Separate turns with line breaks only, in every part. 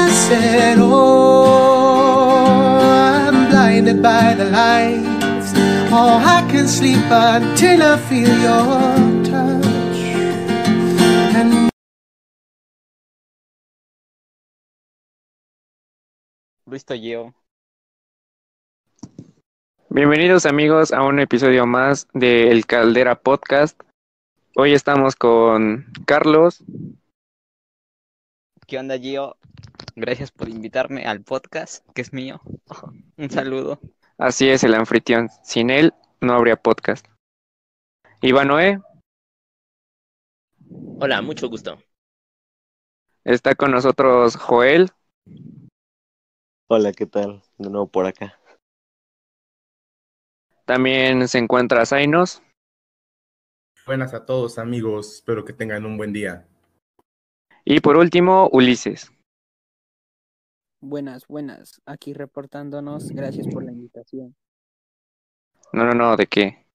nacer. Oh, I'm blinded by the lights. Oh, I can sleep until I feel your touch. And
Luis Tolleo.
Bienvenidos amigos a un episodio más de El Caldera Podcast. Hoy estamos con Carlos,
¿Qué onda, Gio? Gracias por invitarme al podcast, que es mío. Un saludo.
así es el anfitrión. Sin él no habría podcast. eh, Iván Noé
Hola, mucho gusto.
está con nosotros Joel
Hola, ¿qué tal? De nuevo por acá.
También se encuentra Zainos
Buenas a todos amigos, espero que tengan un buen día.
y por último Ulises.
Buenas, buenas. Aquí reportándonos. Gracias por la invitación.
No, no, no, ¿de qué?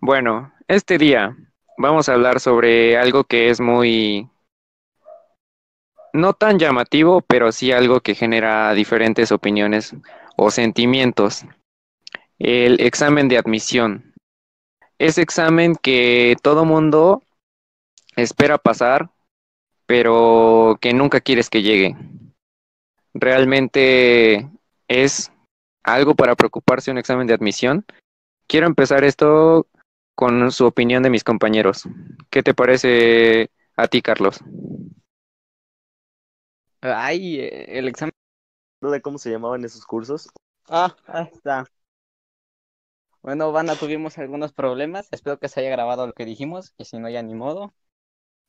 Bueno, este día vamos a hablar sobre algo que es muy... no tan llamativo, pero sí algo que genera diferentes opiniones o sentimientos. El examen de admisión. Ese examen que todo mundo espera pasar, pero que nunca quieres que llegue. Realmente es algo para preocuparse un examen de admisión. Quiero empezar esto con su opinión de mis compañeros. ¿Qué te parece a ti, Carlos?
Ah,
Ay, eh, el examen.
¿No de cómo se llamaban esos cursos?
Ah, ahí está. Bueno, Vana, tuvimos algunos problemas. Espero que se haya grabado lo que dijimos, y si no, ya ni modo.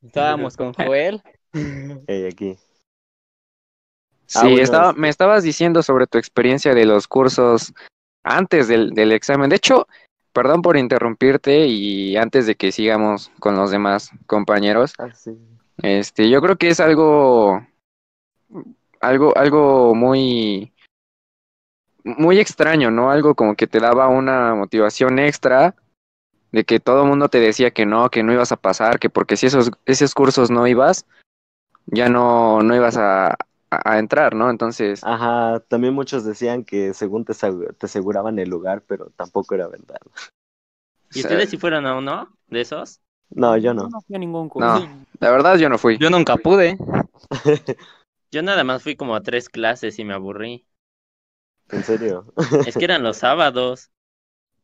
Estábamos con Joel.
Hey, Eh, aquí.
Sí,
Ah, bueno,
estaba,
este-
me estabas diciendo sobre tu experiencia de los cursos antes del, del examen. De hecho, perdón por interrumpirte y antes de que sigamos con los demás compañeros,
Ah, sí.
Este, yo creo que es algo, algo, algo muy, muy extraño, ¿no? Algo como que te daba una motivación extra de que todo el mundo te decía que no, que no ibas a pasar, que porque si esos, esos cursos no ibas, ya no, no ibas a, a- a entrar, ¿no?
Ah,
Entonces,
Ajá, también muchos decían que según te, asegu- te aseguraban el lugar, pero tampoco era verdad.
¿Y
o sea,
ustedes si fueron a uno de esos?
No, Ah, yo no.
fui a ningún curso.
no, la verdad yo no fui.
Yo nunca pude.
Yo nada más fui como a tres clases y me aburrí.
En serio.
Es que eran los sábados.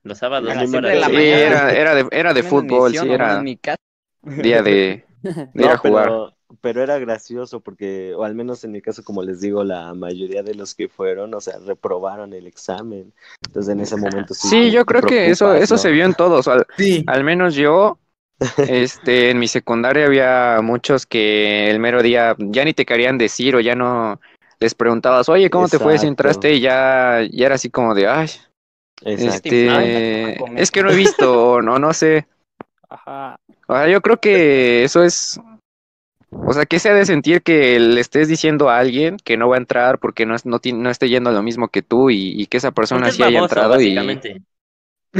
Los sábados.
A
no
las
fuera
siete de la
Sí,
mañana.
era, era de, era de
Menos
fútbol,
misión,
sí,
no,
era
en mi casa.
día de, de ir
No,
a jugar.
Pero, pero era gracioso porque, o al menos en mi caso, como les digo, la mayoría de los que fueron, o sea, reprobaron el examen. Entonces en ese momento sí.
Sí,
te-
yo
te
creo que eso,
preocupas,
eso
¿no?
se vio en todos. al-
Sí,
Al menos yo, este, en mi secundaria había muchos que el mero día ya ni te querían decir o ya no les preguntabas, oye, ¿cómo te fue si
Exacto.
entraste? Y ya, ya era así como de, ay,
Exacto.
este,
Ay, a comer.
es que no he visto o no, no sé.
Ajá.
O sea, yo creo que eso es, o sea, que se ha de sentir que le estés diciendo a alguien que no va a entrar porque no, es- no, ti- no esté yendo a lo mismo que tú y, y que esa persona
Porque
sí haya
baboso,
entrado y
básicamente.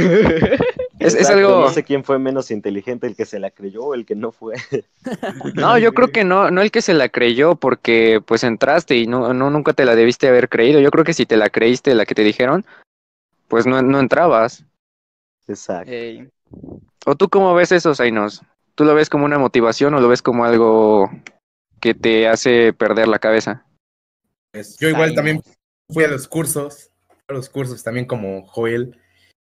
es, es
Exacto,
algo...
No sé quién fue menos inteligente, el que se la creyó o el que no fue.
No, yo creo que no, no el que se la creyó, porque pues entraste y no, no nunca te la debiste haber creído. Yo creo que si te la creíste, la que te dijeron, pues no, no entrabas.
Exacto.
Eh,
Ey,
¿O tú cómo ves eso, Zainos? ¿Tú lo ves como una motivación o lo ves como algo que te hace perder la cabeza?
pues, yo igual
Zainos.
también fui a los cursos, a los cursos también como Joel.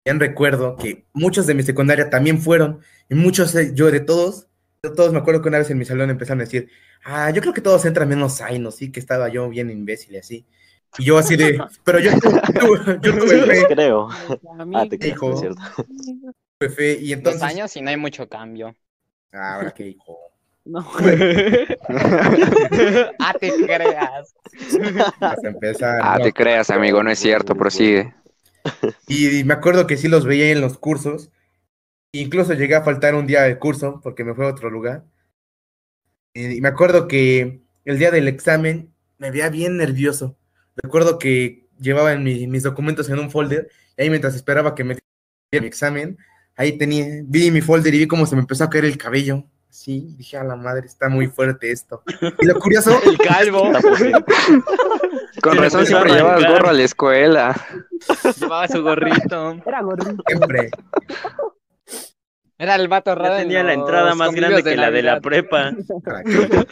Bien recuerdo que muchos de mi secundaria también fueron y muchos, eh, yo de todos, de todos me acuerdo que una vez en mi salón empezaron a decir, ah, yo creo que todos entran menos Zaino, sí, que estaba yo bien imbécil y así. Y yo así de, pero yo, tuve- yo tuve
Les
fe,
Pues, creo. Ah,
Amigos,
te creo,
Hijo.
es cierto.
tuve fe, y
dos
entonces...
años y no hay mucho cambio.
Ah, Ahora qué hijo.
No,
ah, te creas.
Vas a empezar.
Ah,
no.
te creas, amigo, no es cierto, prosigue.
Y, me acuerdo que sí los veía en los cursos. Incluso llegué a faltar un día de curso porque me fue a otro lugar. Y me acuerdo que el día del examen me veía bien nervioso. Recuerdo que llevaba en mi- mis documentos en un folder y ahí mientras esperaba que me diera mi examen, ahí tenía, vi mi folder y vi cómo se me empezó a caer el cabello. Sí, dije, a la madre, está muy fuerte esto. Y lo curioso,
El calvo.
Con
Sí,
razón
empezó
siempre
a
llevabas
arrancar.
gorro a la escuela.
Llevaba su gorrito.
Era gordito.
siempre,
Era el vato raro.
Ya
en
tenía la
los
entrada más
convivios
grande que la de la
Navidad.
prepa.
para que-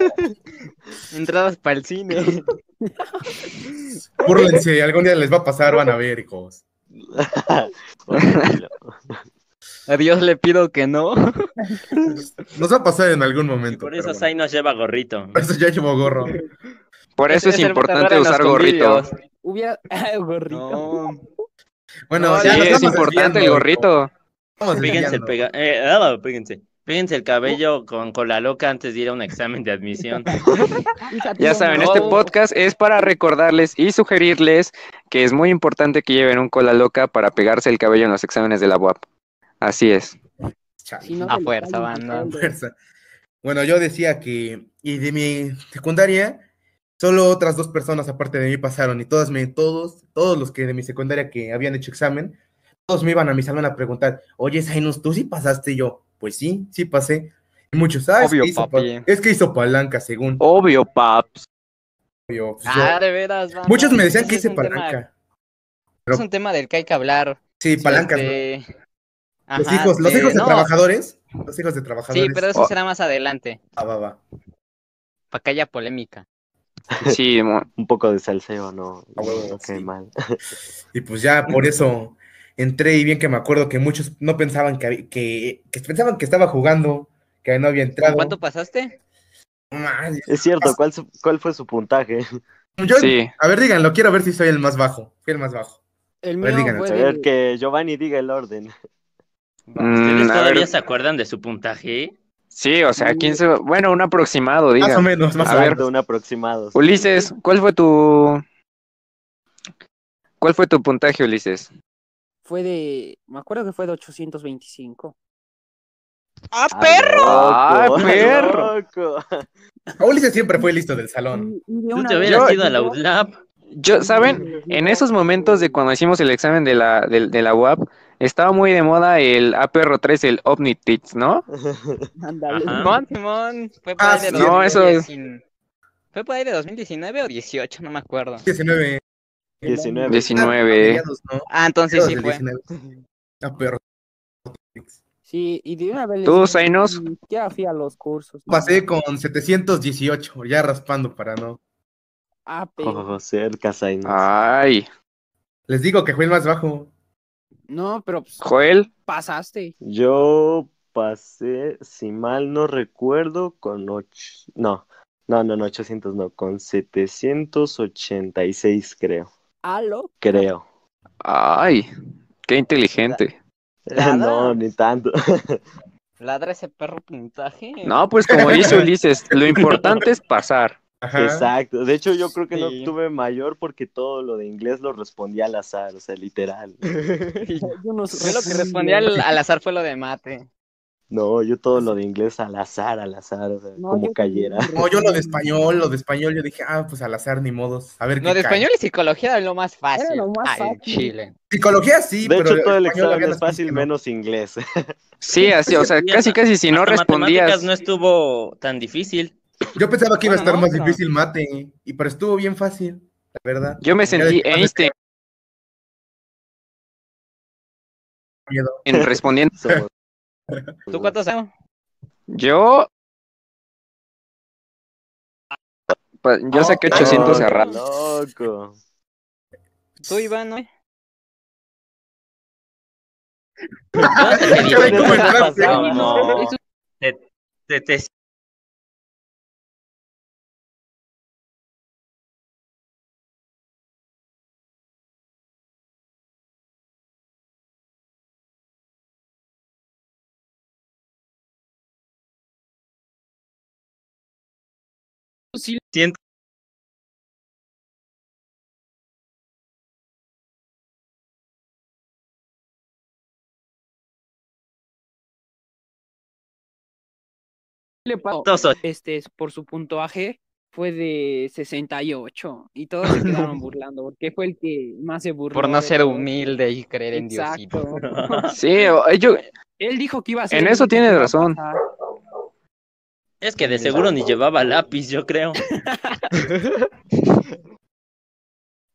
Entradas para el cine.
búrlense, algún día les va a pasar, van a ver, hijos.
Horrible.
A Dios le pido que no.
Nos va a pasar en algún
Y
momento.
por
pero
eso
bueno.
Sai nos lleva gorrito.
Por eso ya llevo gorro.
Por eso es,
el vato
importante
raro en los
usar gorrito.
convivios.
Hubiera. Ah, gordito.
No.
Bueno,
No,
Sí,
ya nos
es
estamos
importante el
desviando,
gorrito.
estamos
Péguense el,
desviando.
pega- eh, ah, péguense. Péguense el cabello con cola loca antes de ir a un examen de admisión.
Hija, tú
Ya
no
saben,
mames.
este
No.
podcast es para recordarles y sugerirles que es muy importante que lleven un cola loca para pegarse el cabello en los exámenes de la UAP. Así es.
Chale.
Si no,
A
te lo
fuerza,
están
banda.
inculcando.
fuerza. Bueno, yo decía que, y de mi secundaria, solo otras dos personas aparte de mí pasaron, y todas me, todos, todos los que de mi secundaria que habían hecho examen, todos me iban a mi salón a preguntar, oye, Zainus, ¿tú sí pasaste? Y yo, pues sí, sí pasé. Y muchos, ah, es
Obvio,
que hizo,
papi.
pa- es que hizo palanca, según.
Obvio, paps.
Yo, pues, yo-
Ah, de veras. banda.
muchos me decían
Ese
que
es
hice
un tema-
palanca.
Es un tema del que hay que hablar.
Sí, palancas. ¿no?
Este,
Los
ajá,
hijos, los
de-
hijos de
no,
trabajadores. Los hijos de trabajadores.
Sí, pero
Oh.
eso será más adelante,
Ah, va, va.
para que haya polémica.
Sí, mo-
Un poco de salseo, no.
A huevo,
no cae
sí.
mal.
Y pues ya por eso entré y bien que me acuerdo que muchos no pensaban que, hab- que, que pensaban que estaba jugando, que no había entrado.
¿Cuánto pasaste?
Madre,
Es cierto, ¿cuál, su- cuál fue su puntaje?
yo-
sí.
A ver, díganlo, quiero ver si soy el más bajo. Fui el más bajo.
El
Pues
mío
díganos,
fue
A ver,
de-
que Giovanni diga el orden.
¿Ustedes
Mm, a
todavía
ver,
se acuerdan de su puntaje?
sí, o sea, 15, bueno, un aproximado,
Más o
diga.
menos, más
A
o
ver.
menos.
Un aproximado.
Ulises, ¿cuál fue tu ¿Cuál fue tu puntaje, Ulises?
fue de. Me acuerdo que fue de 825.
¡Ah,
¡Ah,
loco!
perro!
loco!
A Ulises siempre fue listo del salón.
Y- y de
Tú
una
te
vez-
hubieras
Yo-
ido a la UDLAP.
Yo, ¿saben? En esos momentos de cuando hicimos el examen de la, de, de la UAP, estaba muy de moda el APR3, el OmniTits, ¿no?
Ándale.
Ajá.
Simón, Simón. Fue por
Ah,
ahí de
sí,
Ah. no, eso-
2019. Fue por ahí de 2019 o 18, no me acuerdo.
19.
19.
19.
Ah, no,
Ah, entonces
mediados
sí
del
fue.
19. Ah, perro.
Sí, y de una vez. les
¿Tú,
dije,
Zainos?
"Mm, Ya fui a los cursos. ¿no?".
Pasé con 718, ya raspando para no.
Ah, pero.
Oh, cerca, Zayn.
Ah. Ay,
Les digo que fue el más bajo.
No, pero pues,
Joel,
pasaste.
Yo pasé, si mal no recuerdo, con ocho... No, no, no, no, 800 no, con 786 creo,
Aló.
creo.
ay, qué inteligente.
Nada.
No, ni tanto.
Ladra ese perro puntaje.
No, pues como dice Ulises, lo importante es pasar.
Ajá.
Exacto. De hecho, yo creo que no
Sí.
tuve mayor porque todo lo de inglés lo respondí al azar, o sea, literal.
Yo no
Yo lo que respondí al, al azar fue lo de mate.
No, yo todo lo de inglés al azar, al azar, o sea,
No,
como
yo-
cayera.
No, yo lo de español, lo de español, yo dije, ah, pues al azar ni modos. A ver
Lo
qué
de
cae.
español y psicología era lo más fácil.
Era lo más
Ay,
fácil.
Chile.
Psicología sí,
De
pero
hecho, todo el
español había
examen es
las
fácil
cosas que no.
menos inglés.
Sí, así, o sea, casi casi si no
Hasta
respondías.
Matemáticas no estuvo tan difícil.
Yo pensaba que iba a
Bueno,
estar
no,
más
pero-
difícil mate, y pero estuvo bien fácil, la verdad.
Yo me sentí Einstein
Miedo.
en respondiendo.
Somos-
¿Tú cuántos años?
Yo pa- pues, yo saqué 800
Loco,
cerrados.
Loco.
¿Tú, Iván? no?
Ya ven cómo entraron,
Pasaba,
ya.
no.
Te- te-
Sí,
siento-
le pasó.
Todos-
Este, por su puntaje fue de 68. Y todos se quedaron burlando, porque fue el que más se burló.
Por no
de
ser
todos.
humilde y creer en Diosito.
Exacto.
Sí, o- yo,
Él dijo que iba a ser.
En
el
eso
único que
tienes
iba a
razón.
pasar.
Es que de seguro ni llevaba lápiz, yo creo.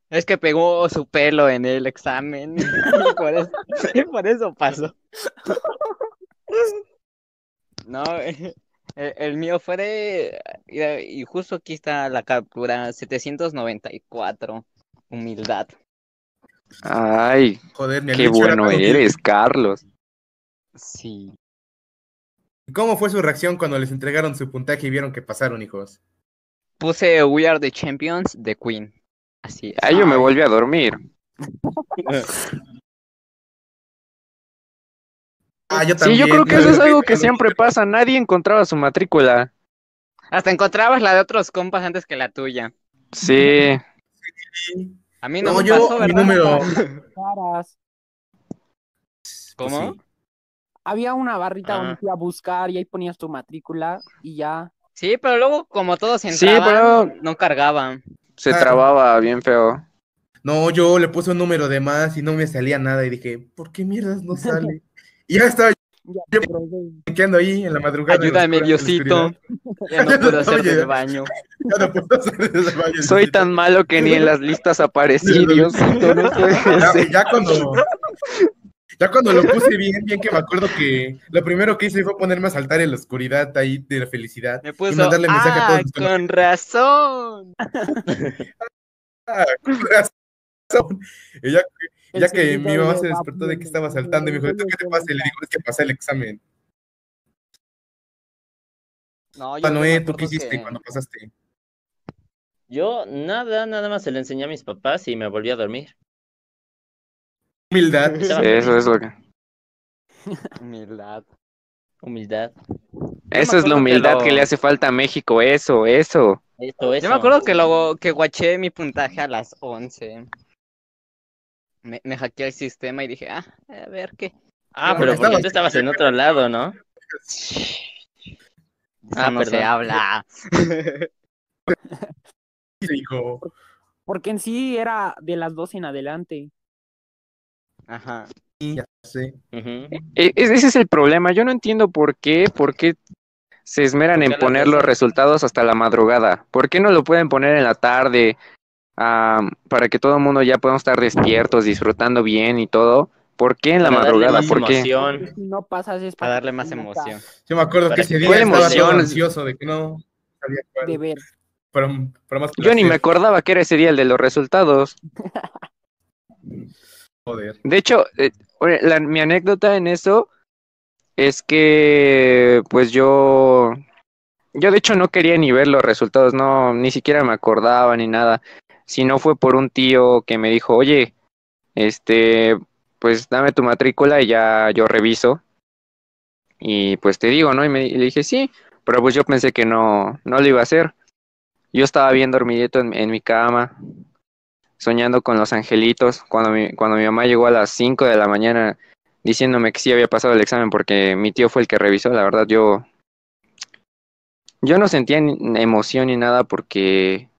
Es que pegó su pelo en el examen. y por, eso, y por eso pasó. No, eh, el, el mío fue de. mira, Y justo aquí está la captura: 794. Humildad.
Ay,
Joder,
qué
mi Alexio era
bueno
algo que-
eres, Carlos.
Sí.
¿Cómo fue su reacción cuando les entregaron su puntaje y vieron que pasaron, hijos?
Puse We Are the Champions de Queen. Así.
Ay, Ah, yo me volví a dormir.
Ah, yo
Sí, yo creo que
¿no?
eso es algo que siempre pasa. Nadie encontraba su matrícula.
Hasta encontrabas la de otros compas antes que la tuya.
Sí.
A mí no,
No,
me
yo,
pasó,
mi
¿verdad?
número.
Caras.
¿Cómo?
Había una barrita
Ah.
donde te iba a buscar y ahí ponías tu matrícula y ya.
Sí, pero luego, como todos
Sí,
entraban,
pero-
no cargaban.
Se
Ah.
trababa bien feo.
No, yo le puse un número de más y no me salía nada y dije, ¿por qué mierdas no sale? Y ya estaba
Ya,
Yo-
pero de-
chequeando ahí en la madrugada. en la
Ayúdame,
oscura- en la
Diosito.
oscuridad.
Ya no puedo hacer
Oye.
del baño.
Ya no puedo hacer ese baño,
Soy
Diosito.
tan malo que ni en las listas aparecí, Diosito, no puede
Ya,
ser.
ya cuando. Ya cuando lo puse bien, bien que me acuerdo que lo primero que hice fue ponerme a saltar en la oscuridad ahí de la felicidad.
Me puso,
mandarle mensaje
ah,
a todos los
con razón.
Y ya,
El
ya que
señorito
mi mamá
de
se
la-
despertó de que estaba saltando, y me dijo, ¿tú qué te pasa? Y le digo, es que pasé el examen.
No, yo me
Noé, ¿tú qué
acuerdo
hiciste
que-
cuando pasaste?
Yo nada, nada más se lo enseñé a mis papás y me volví a dormir.
Humildad.
Estaba
Eso es lo que-
Humildad.
Humildad.
Eso es
acuerdo que
la humildad
lo-
que le hace falta a México, eso, eso.
Esto, eso.
Yo me acuerdo que luego que guaché mi puntaje a las 11. Me, me hackeé el sistema y dije, ah, a ver qué.
Ah, pero
Porque
porque
estabas-
tú estabas en otro lado, ¿no?
Ah, no se
perdón.
habla.
Y dijo,
Porque en sí era de las dos en adelante.
Ajá.
"Sí, ya sé.
Ujú.
E- e- Ese es el problema. Yo no entiendo por qué, por qué se esmeran
Porque
en
las
poner los
veces-
resultados hasta la madrugada. ¿Por qué no lo pueden poner en la tarde ah, para que todo el mundo ya podamos estar despiertos, disfrutando bien y todo? ¿Por qué en la
Para darle
madrugada?
más
¿Por qué?
emoción.
Si no pasas es
Para
porque
darle
te
más
toca
emoción.
Yo me acuerdo
Para
que ese
que
día
fue
estaba todo
emoción.
ansioso de que no sabía cuál.
De ver.
Pero, pero más que
Yo ni
hacer,
me acordaba que era ese día el de los resultados.
Joder.
De hecho, eh, oye, la- mi anécdota en eso es que, pues yo, yo de hecho no quería ni ver los resultados, no, ni siquiera me acordaba ni nada. Si no fue por un tío que me dijo, oye, este, pues dame tu matrícula y ya yo reviso. Y pues te digo, ¿no? Y, me, y le dije, sí, pero pues yo pensé que no, no lo iba a hacer. Yo estaba bien dormidito en- en mi cama, soñando con los angelitos cuando mi, cuando mi mamá llegó a las 5 de la mañana diciéndome que sí había pasado el examen porque mi tío fue el que revisó, la verdad yo yo no sentía ni- emoción ni nada porque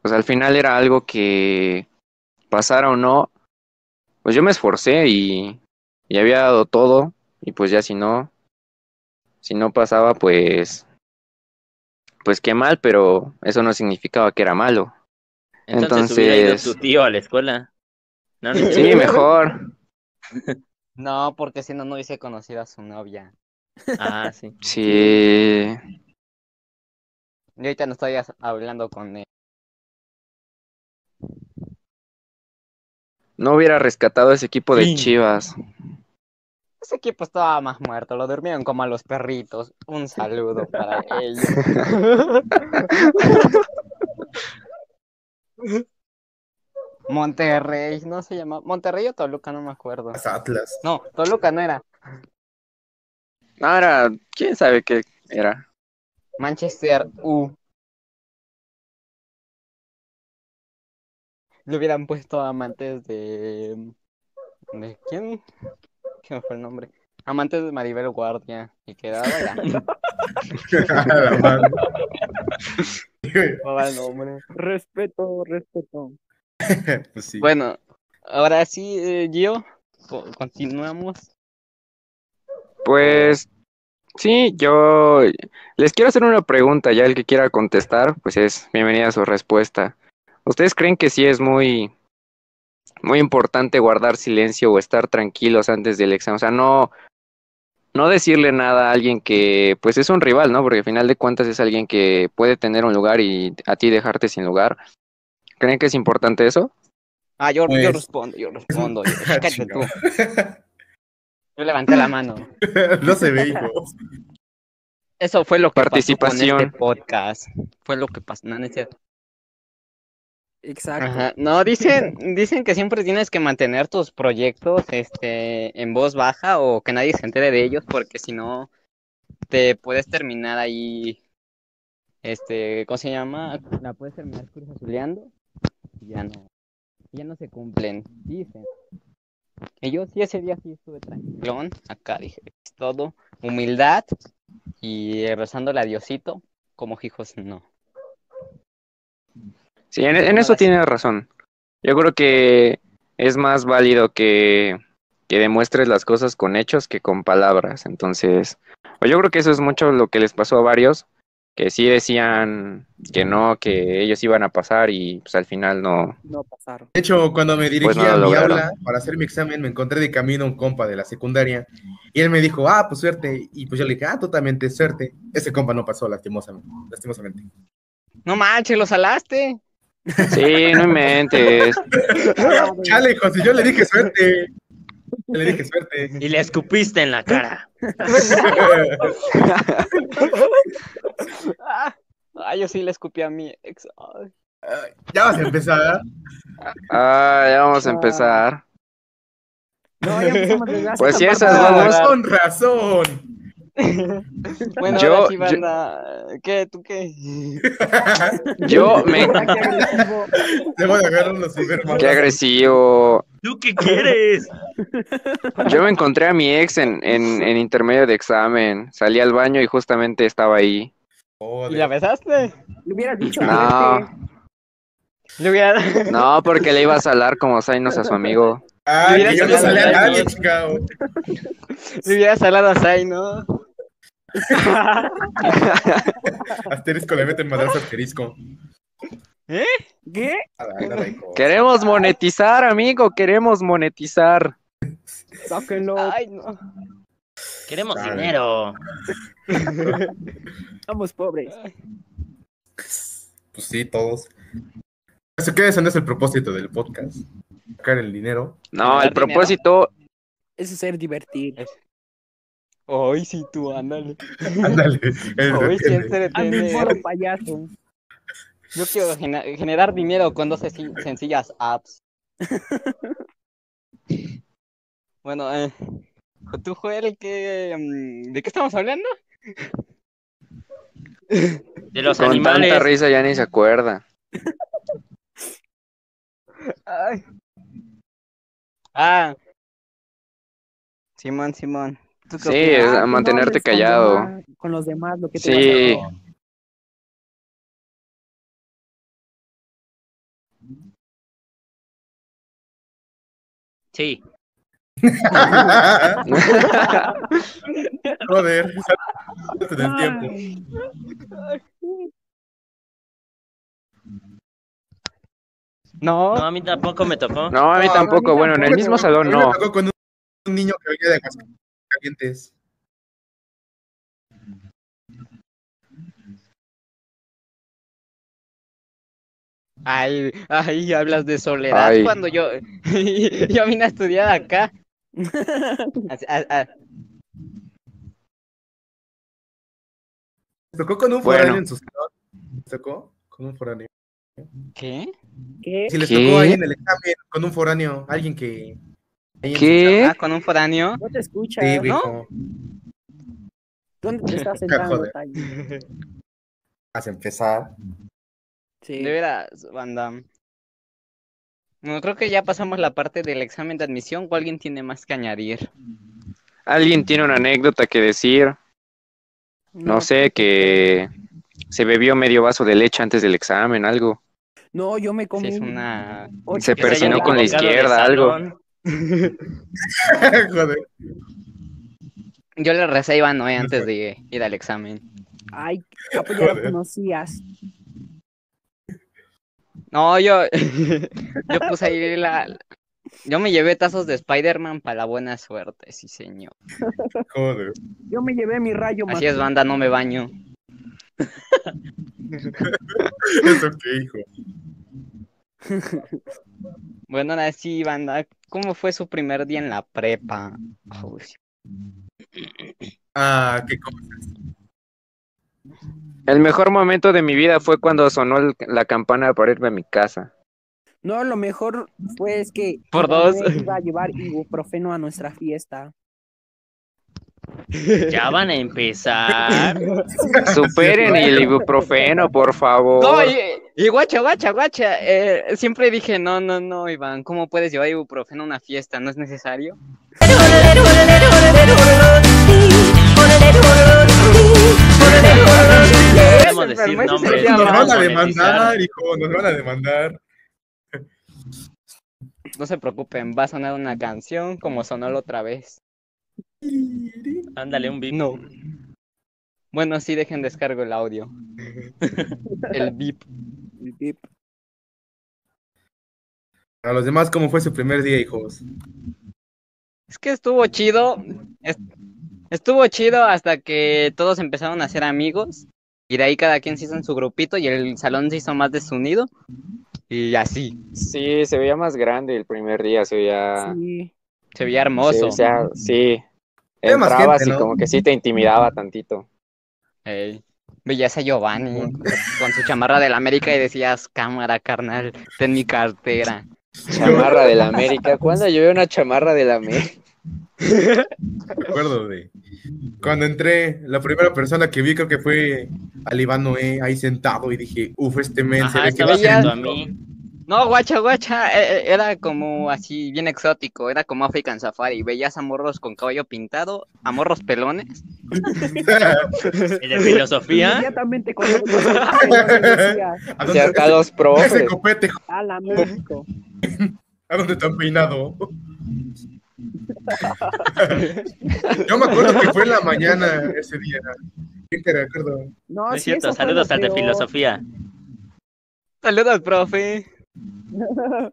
pues al final era algo que pasara o no, pues yo me esforcé y, y había dado todo y pues ya si no si no pasaba pues pues qué mal, pero eso no significaba que era malo.
Entonces, hubiera ido
Entonces-
tu tío a la escuela. No, no,
Sí, mejor.
No, porque si no, no hubiese conocido a su novia.
Ah, sí.
Sí.
Y ahorita no estoy as- hablando con él.
No hubiera rescatado ese equipo de Chivas.
Ese equipo estaba más muerto, lo durmieron como a los perritos. Un saludo para ellos. Monterrey, no se llama. Monterrey o Toluca, no me acuerdo.
Más Atlas.
No, Toluca no era.
Ahora, quién sabe qué era.
Manchester U. Le hubieran puesto amantes de. ¿De quién? ¿Quién fue el nombre? Amantes de Maribel Guardia. Y quedaba la
A la madre.
el nombre.
Respeto, respeto.
Pues sí.
Bueno, ahora sí, eh, Gio, co- continuamos.
Pues Sí, yo les quiero hacer una pregunta, ya el que quiera contestar, pues es bienvenida a su respuesta. ¿Ustedes creen que sí es muy, muy importante guardar silencio o estar tranquilos antes del examen? O sea, no, no decirle nada a alguien que, pues es un rival, ¿no? Porque al final de cuentas es alguien que puede tener un lugar y a ti dejarte sin lugar. ¿Creen que es importante eso?
Ah, yo, yo
Pues-
respondo, yo respondo. yo-
Ah,
Cállate tú.
chingado.
Yo levanté la mano.
no se ve, hijo.
Eso fue lo que pasó
Participación.
con este podcast. Fue lo que pasó. No, no es cierto.
Exacto.
Ajá. No, dicen, dicen que siempre tienes que mantener tus proyectos este, en voz baja o que nadie se entere de ellos porque si no te puedes terminar ahí. Este, ¿cómo se llama? La puedes terminar cruzazuleando. y Ya no. Ya no se cumplen. Dicen. Y yo sí ese día sí estuve tranquilón. Acá dije, es todo. Humildad. Y eh, rezándole a Diosito. Como hijos, no.
Sí, en, en eso tiene razón. Yo creo que es más válido que, que demuestres las cosas con hechos que con palabras. Entonces, pues yo creo que eso es mucho lo que les pasó a varios, que sí decían que no, que ellos iban a pasar y pues al final no.
No pasaron.
De hecho, cuando me dirigí
Pues no
a
lo
mi
lograron.
aula para hacer mi examen, me encontré de camino un compa de la secundaria y él me dijo, ah, pues suerte. Y pues yo le dije, ah, totalmente suerte. Ese compa no pasó, lastimosamente. lastimosamente.
No manches, lo salaste.
Sí, no inventes.
Chale, hijo, si yo le dije suerte. Yo Le dije suerte.
Y le escupiste en la cara.
Ay, Ah, yo sí le escupí a mi ex. Ay.
ya vas a empezar.
Ah, ya vamos a empezar.
No, ya empezamos desde hace
Pues sí,
esta
esas
parte.
vamos.
Con razón.
Bueno,
Yo-
ahora sí,
yo-
banda. ¿Qué? ¿Tú qué?
Yo me...
Ahora, qué agresivo.
Te voy a agarrar unos enfermos.
Qué agresivo.
¿Tú qué quieres?
Yo me encontré a mi ex en, en, en intermedio de examen. Salí al baño y justamente estaba ahí.
¿Y la besaste?
Le hubieras dicho.
No.
vete.
Le hubiera-
No, porque le iba a salar como Zainos a su amigo.
Ah,
Mira,
que yo no
chingada,
salí a
ya,
nadie,
ya.
chingado.
le hubiera salado a Sai, ¿no?
Asterisco le meten madrazo asterisco.
¿Qué?
A la- a la hijo.
Queremos monetizar, amigo, queremos monetizar.
Sáquenlo.
Ay, no.
Queremos
Dale.
dinero.
Somos pobres.
Pues sí, todos. Eso que ese no es el propósito del podcast. Sacar el dinero.
No, el
Dinero.
propósito,
Eso es ser divertido.
Ay, sí, tú, ándale.
Ándale. el
Ay, sí,
depende.
Ande
entretener.
foro payaso.
Yo quiero gena- generar dinero con dos sen- sencillas apps. Bueno, eh, tú, Joel, ¿qué, mm, ¿de qué estamos hablando?
De los
con tanta
animales.
risa ya ni se acuerda.
Ay. Ah. Simón, Simón. ¿Tú qué
Sí,
opinas?
es-
Ah,
a
no
mantenerte
hables con
callado.
demás- Con los demás, lo que te
Sí.
Sí.
Joder, sáltate del tiempo.
No.
No, a mí tampoco me tocó.
No, a mí
No,
tampoco. Bueno, en el mismo salón
A mí
no.
me tocó con un, un niño que venía de Aguascalientes.
Ay, ay, hablas de soledad
Ay.
cuando yo, yo vine a estudiar acá. Así- a- a-
Me tocó con un
Bueno.
foráneo en su salón. ¿Les tocó? Con un foráneo.
¿Qué?
¿Qué?
Si les
¿Qué?
tocó ahí en el examen, con un foráneo, alguien que. ahí en-
¿Qué?
Ah, con un foráneo.
No te escuchas.
Sí, güey, como-
¿Dónde te estás sentando,
Joder.
Tayo?
Vas a empezar.
Sí.
De veras, banda. Bueno, creo que ya pasamos la parte del examen de admisión. ¿O alguien tiene más que añadir?
Alguien tiene una anécdota que decir. No sé, que se bebió medio vaso de leche antes del examen, algo.
No, yo me
Si
comí.
es una.
ocho
se
Que
quesadillas.
persinó
haya
con la
equivocado de
izquierda, algo.
salón.
Joder.
Yo le recé a Iván Noé
No
antes
fue.
de ir al examen.
Ay, capo, ya lo
Joder.
conocías.
No, yo, yo puse ahí la... Yo me llevé tazos de Spider-Man para la buena suerte, sí señor.
Joder.
Yo me llevé mi rayo
Así es, banda, no me baño.
Eso que hijo.
Bueno, ahora sí, banda, ¿cómo fue su primer día en la prepa? Uy,
Ah, qué cosa.
El mejor momento de mi vida fue cuando sonó el- la campana para irme a mi casa.
No, lo mejor fue es que
Por
Iván
dos.
me iba a llevar ibuprofeno a nuestra fiesta.
Ya van a empezar.
Superen el ibuprofeno, por favor.
No, y, y guacha, guacha, guacha. eh, siempre dije, no, no, no, Iván, ¿cómo puedes llevar ibuprofeno a una fiesta? ¿No es necesario?
Podemos decir
enfermó,
nombres.
se
Nos
llama.
vamos
van
a
a
monetizar.
demandar, hijo. Nos van a demandar.
No se preocupen, va a sonar una canción como sonó la otra vez.
Ándale un beat.
No. Bueno, sí, dejen descargo el audio. el beep.
El pip.
A los demás, ¿cómo fue su primer día, hijos?
Es que estuvo chido. est- Estuvo chido hasta que todos empezaron a ser amigos. Y de ahí cada quien se hizo en su grupito y el salón se hizo más desunido. Y así,
Sí, se veía más grande el primer día, se veía...
Sí.
se veía
Sí,
hermoso.
o sea, sí.
Había más
Entrabas
gente,
y
¿no?
como que sí te intimidaba tantito.
Ey, Veías a Giovanni con su chamarra del América y decías, cámara, carnal, ten mi cartera.
Chamarra de la América. ¿Cuándo llevé una chamarra de la América?
Me acuerdo de. Cuando entré, la primera persona que vi creo que fue al Iván Noé ahí sentado y dije, uff, este men se
Ajá,
ve que
estaba
va
veías-
junto a
ser-
mí.
No, guacha, guacha, eh, eh, era como así, bien exótico, era como African Safari. Veías a morros con cabello pintado, a morros pelones.
¿Y de filosofía?
Inmediatamente pues, conozco decía,
¿A
O sea,
dónde
hasta los
ese
profes.
copete? jo-
a la México.
¿A dónde tan peinado? Yo me acuerdo que fue en la mañana ese día. Bien que recuerdo.
No,
No es
sí,
cierto,
eso fue
saludos
lo
al de
peor.
filosofía.
Saludos, profe.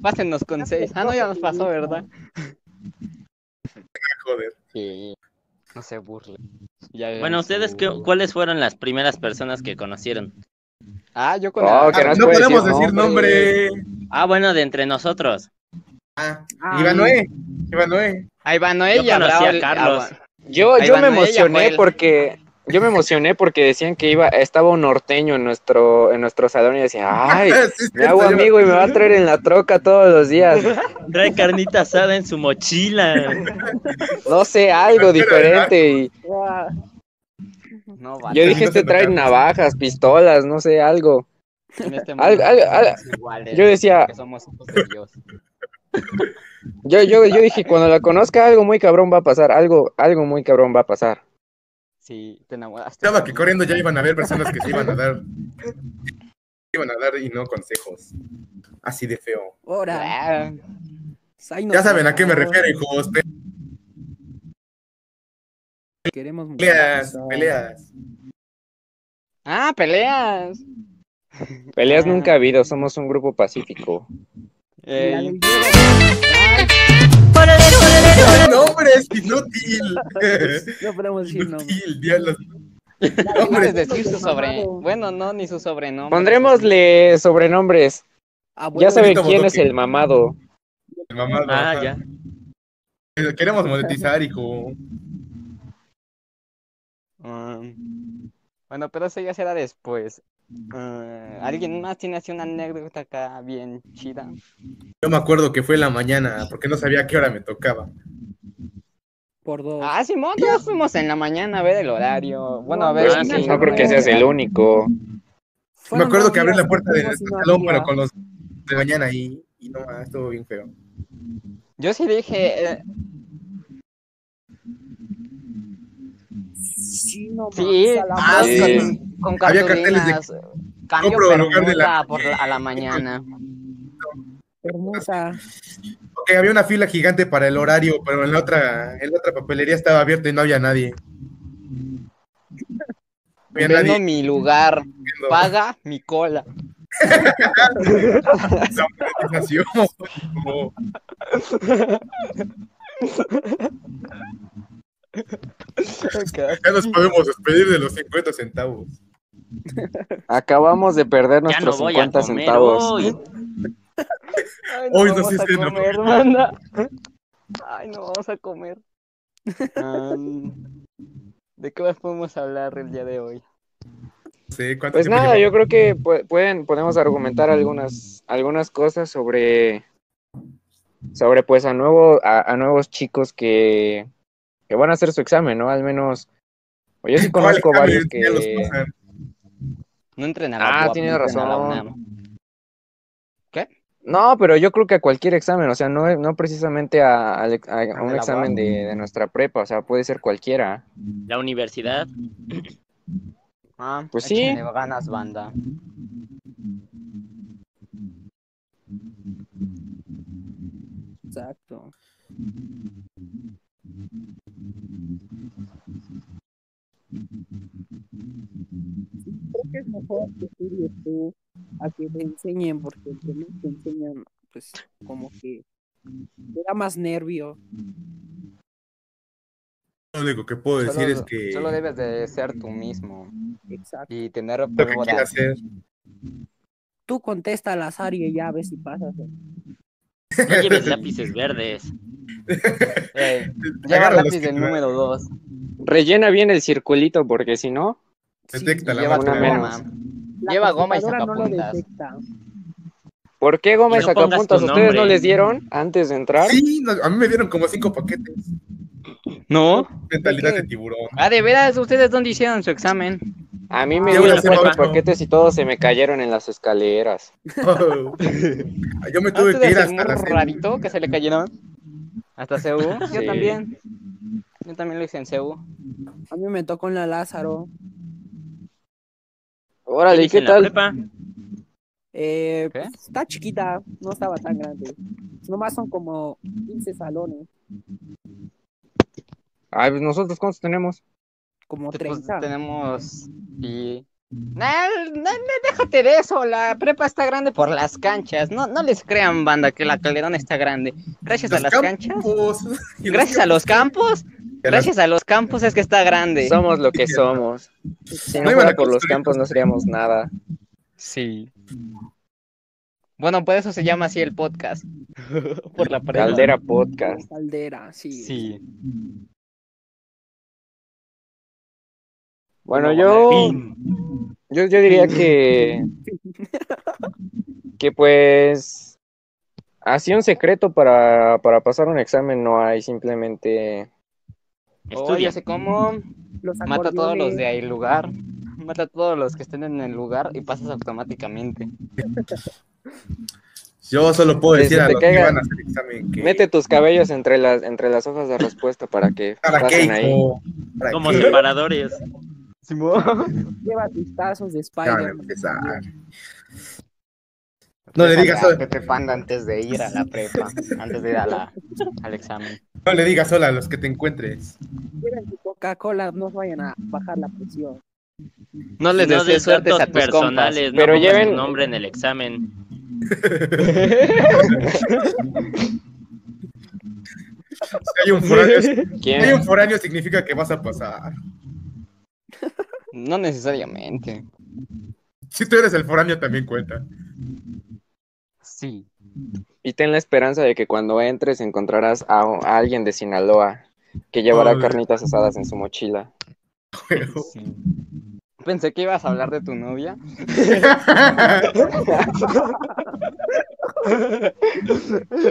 Pásenos con seis. Ah, no, ya nos pasó, ¿verdad?
Joder.
Sí. No se burle. Ya verán
Bueno, ¿ustedes
su-
qué, cuáles fueron las primeras personas que conocieron?
Ah, yo con
Oh,
la-
que
Ah,
nos
no
puede
podemos
decir
decir
nombre.
nombre.
Ah, bueno, de entre nosotros.
Ah,
Ah,
Iván Noé. Iván Noé.
Ahí va
Yo
Noel y
conocí
Abraham-
a Carlos.
Yo,
Ahí
yo
van
me
ella,
emocioné
Joel.
porque yo me emocioné porque decían que iba estaba un norteño en nuestro en nuestro salón y decía, "Ay,
Sí,
me hago
cierto, Este, yo-
amigo y me va a traer en la troca todos los días."
Trae carnita asada en su mochila.
No sé, algo diferente y
ah,
No, va.
yo dije, "Este trae navajas, pistolas, no sé, algo."
En este
Al-
mundo
al- al-
somos iguales,
yo decía-
porque somos hijos de Dios.
Yo yo yo dije, "Cuando la conozca algo muy cabrón va a pasar, algo algo muy cabrón va a pasar."
Sí, te enamoraste.
Estaba que corriendo ya iban a haber personas que se iban a dar. iban a dar y no consejos. Así de feo.
Ahora,
Ah,
Sai Pues, nos
Ya saben a qué me
mató,
refiero, hijos.
Queremos mucho.
Peleas, peleas.
Ah, peleas.
Peleas
Ah.
nunca ha habido, somos un grupo pacífico.
La
Ey,
del Diego.
Nombres, inútil.
pues, No podemos decir nombres.
Inútil, diablos.
no puedes
Nombres.
decir su sobre.
Mamado.
Bueno, no, ni su sobrenombre.
Pondrémosle sobrenombres.
Abuelo,
Ya saben
Benito
quién es
Bodoque.
el mamado.
Mamado.
Ah, ya.
Pero Queremos monetizar, hijo.
Ah, bueno, pero eso ya será después. Ah, ¿Alguien más tiene así una anécdota acá bien chida?
Yo me acuerdo que fue en la mañana, porque no sabía a qué hora me tocaba.
por dos.
Ah, Simón, todos fuimos en la mañana a ver el horario. Bueno, a ver.
Ah,
Ah,
sí,
sí, no porque seas el único.
me
Fueron
acuerdo
dos
que abrí
días
la puerta de
fuimos y
nuestro
no
salón,
había.
pero con los de mañana ahí. Y no, ah, estuvo bien feo.
Yo sí dije, eh,
Sí, no
Sí.
manches, a la
Ah,
madre.
sí.
con
Había carteles de-
cartulinas, eh, cambio
Compro en lugar de la-
Bermuda por la- a la mañana.
Hermosa.
Porque había una fila gigante para el horario, pero en la otra, en la otra papelería estaba abierta y no había nadie. No había
Vendo
nadie.
mi lugar,
viendo
paga mi cola.
esa organización. Como- Ya nos podemos despedir de los 50 centavos.
Acabamos de perder
Ya no
nuestros
voy a
50
comer
centavos.
hoy.
Ay,
Hoy no
vamos
se
a
estrena.
comer, manda. Ay, no vamos a comer. Am, ¿De qué más podemos hablar el día de hoy?
No sé, ¿cuánto
Pues
tiempo
nada, yo creo
llevamos?
que pu- pueden, podemos argumentar algunas, algunas cosas sobre, sobre pues a, nuevo, a, a nuevos chicos que, que van a hacer su examen, ¿no? Al menos, o yo sí
¿Cuál
conozco
examen
varios
ya los
que...
pasan?
No entrenar.
Ah, tienes razón.
¿Qué?
No, pero yo creo que a cualquier examen, o sea, no, no precisamente a, al ex- a
la
un
UAM.
examen de, de nuestra prepa, o sea, puede ser cualquiera.
La universidad.
Ah,
Pues sí.
échenle ganas, banda.
Exacto. Creo que es mejor que estudies tú a que te enseñen, porque el que no te enseñan, pues como que te da más nervio.
Lo único que puedo decir es que
solo debes de ser tú mismo
Exacto.
y tener
lo que
pruebas.
quiera hacer.
Tú contesta al azar y ya ves si pasas.
No lleves lápices verdes.
Eh, lleva
Agarra los
lápiz
que
del
te dan.
número 2
Rellena bien el circulito, porque si no,
Detecta
y
la
lleva tu
mano.
goma.
Una
La
Lleva goma y
computadora no lo
sacapuntas.
detecta.
¿por qué Gómez
Y no pongas
Sacapuntas
tu
ustedes no
nombre.
les dieron antes de entrar?
Sí, no, a mí me dieron como cinco paquetes.
¿No?
Mentalidad
¿De qué?
de tiburón.
Ah, de veras, ¿ustedes dónde hicieron su examen?
A mí me
Yo
dieron
hice
cuatro
Pablo.
paquetes y todos se me cayeron en las escaleras.
Ah, Yo me
¿No
tuve que
¿Ah, ustedes
ir
el
hasta
morro
la cena.
rarito que se le cayeron? ¿Hasta CU? Yo
Sí.
también. Yo también lo hice en CU.
A mí me tocó en la Lázaro.
Órale,
Tienes
¿qué
en la
tal?
prepa.
Eh,
¿Qué?
pues, está chiquita, no estaba tan grande. Nomás son como 15 salones,
Ay, pues nosotros cuántos tenemos.
como
Pues
30.
tenemos... Y... Nah, nah, nah, déjate de eso, la prepa está grande por las canchas. No, no les crean, banda, que la Calderón está grande. Gracias a las
Los
canchas,
campos. Y los
gracias a los campos,
campos.
gracias a los campos es que está grande.
Somos lo que somos. Si no
No iban
fuera
a
por los
construir
campos no seríamos nada.
Sí. Bueno, por eso se llama así el podcast. por la prepa.
Caldera Podcast.
Caldera, sí.
Sí.
Bueno, yo, yo, yo diría que, que pues, así un secreto para, para pasar un examen no hay, simplemente,
Oh,
Estudia.
ya sé cómo.
Los
Mata a todos los
acordeones,
de ahí lugar. Mata a todos los que estén en el lugar y pasas automáticamente.
Yo solo puedo
Que
decir
se
a
te
los que
caiga.
van a hacer examen que.
mete tus cabellos entre las, entre las hojas de respuesta para que
¿Para qué,
pasen ahí.
hijo? ¿Para
Como
qué?
separadores.
Lleva tus tazos de
Ya van a
Spider.
empezar. No le digas
a
sola,
Pepe Panda antes de ir a la prepa, antes de ir a la- al examen.
no le digas sola a los que te encuentres.
Lleven su Coca-Cola, no vayan a bajar la presión.
No les
No
desees
des
suertes
datos
a tus compas.
personales.
Pero
no pongas
lleven-
tu nombre en el examen.
Si hay un foráneo, si
¿Quién?
hay un foráneo significa que vas a pasar.
No necesariamente.
Si tú eres el foráneo también cuenta.
Sí.
Y ten la esperanza de que cuando entres encontrarás a, a alguien de Sinaloa que llevará
Ay.
carnitas asadas en su mochila.
Pero-
sí. Pensé que ibas a hablar de tu novia.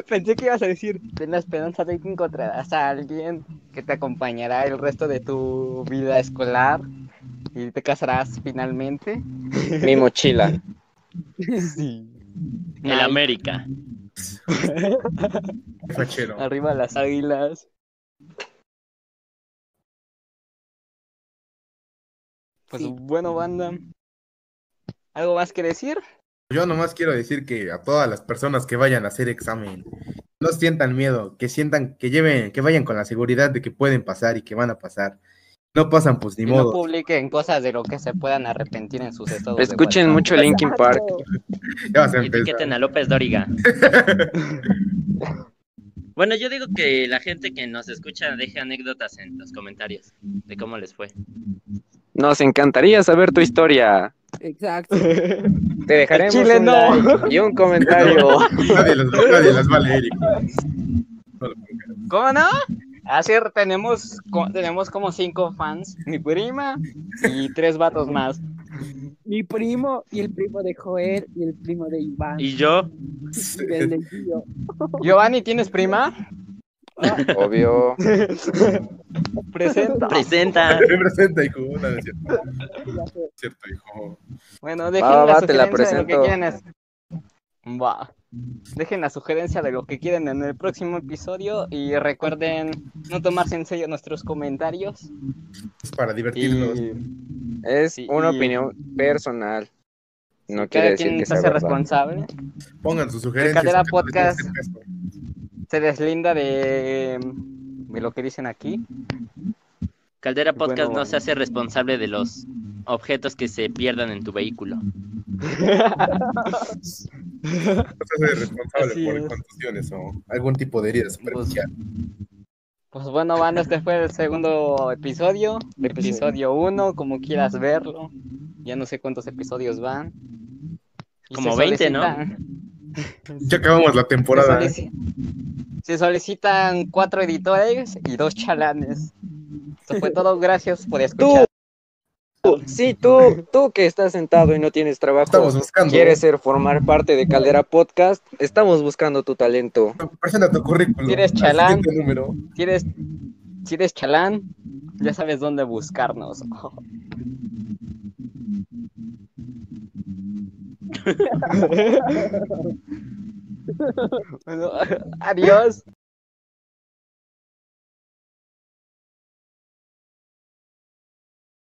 Pensé que ibas a decir, ten la esperanza de que encontrarás a alguien que te acompañará el resto de tu vida escolar y te casarás finalmente.
Mi mochila.
Sí.
El América.
Fachero.
Arriba las águilas. Pues
Sí.
bueno, banda. ¿Algo más que decir?
Yo nomás quiero decir que a todas las personas que vayan a hacer examen, no sientan miedo, que sientan, que lleven, que vayan con la seguridad de que pueden pasar y que van a pasar. No pasan, pues ni
Y no
modo.
publiquen cosas de lo que se puedan arrepentir en sus estados. de
Escuchen
WhatsApp.
mucho Linkin Park.
Ya vas a empezar.
Etiqueten a López Dóriga. Bueno, yo digo que la gente que nos escucha deje anécdotas en los comentarios de cómo les fue.
Nos encantaría saber tu historia.
Exacto.
Te dejaremos
Chile,
un
no.
like y un comentario.
Nadie las, nadie las va a leer. hijo.
¿Cómo no? Así re- Ah, tenemos, co- tenemos como cinco fans, mi prima y tres vatos más.
Mi primo y el primo de Joel y el primo de Iván.
Y yo,
y del de Gio.
Giovanni, ¿tienes prima?
Obvio.
Presenta.
presenta.
Me presenta, hijo. No, no es cierto, no es cierto, hijo.
Bueno, dejen
Va,
la
va, te la
sugerencia de lo que
presento.
quieren. es- Va. Dejen la sugerencia de lo que quieren en el próximo episodio y recuerden no tomarse en serio nuestros comentarios.
Es para divertirnos.
Y
Es
Sí,
una
y-
opinión personal. No quiere
cada
decir
quien
que
se
sea
hace
verdad.
responsable.
Pongan sus sugerencias.
Cadera
que no les
Podcast.
hace peso.
Se deslinda de, de lo que dicen aquí.
Caldera Podcast
Bueno.
no se hace responsable de los objetos que se pierdan en tu vehículo.
No se hace responsable
Así
por
es.
contusiones o algún tipo de herida superficial.
Pues bueno, banda, este fue el segundo episodio. Episodio 1, como quieras verlo. Ya no sé cuántos episodios van. Y
Como
se
20, ¿no?
solicitan-
Ya acabamos la
se,
temporada. ¿eh?
solici- se solicitan cuatro editores y dos chalanes. Eso fue todo. Gracias por escuchar.
Tú, Sí, tú, tú que estás sentado y no tienes trabajo,
Estamos buscando. ¿eh?
quieres ser formar parte de Caldera Podcast, estamos buscando tu talento.
Presenta tu currículum.
Si eres
al
chalán.
siguiente número.
Si eres, si eres chalán, ya sabes dónde buscarnos. Bueno, adiós.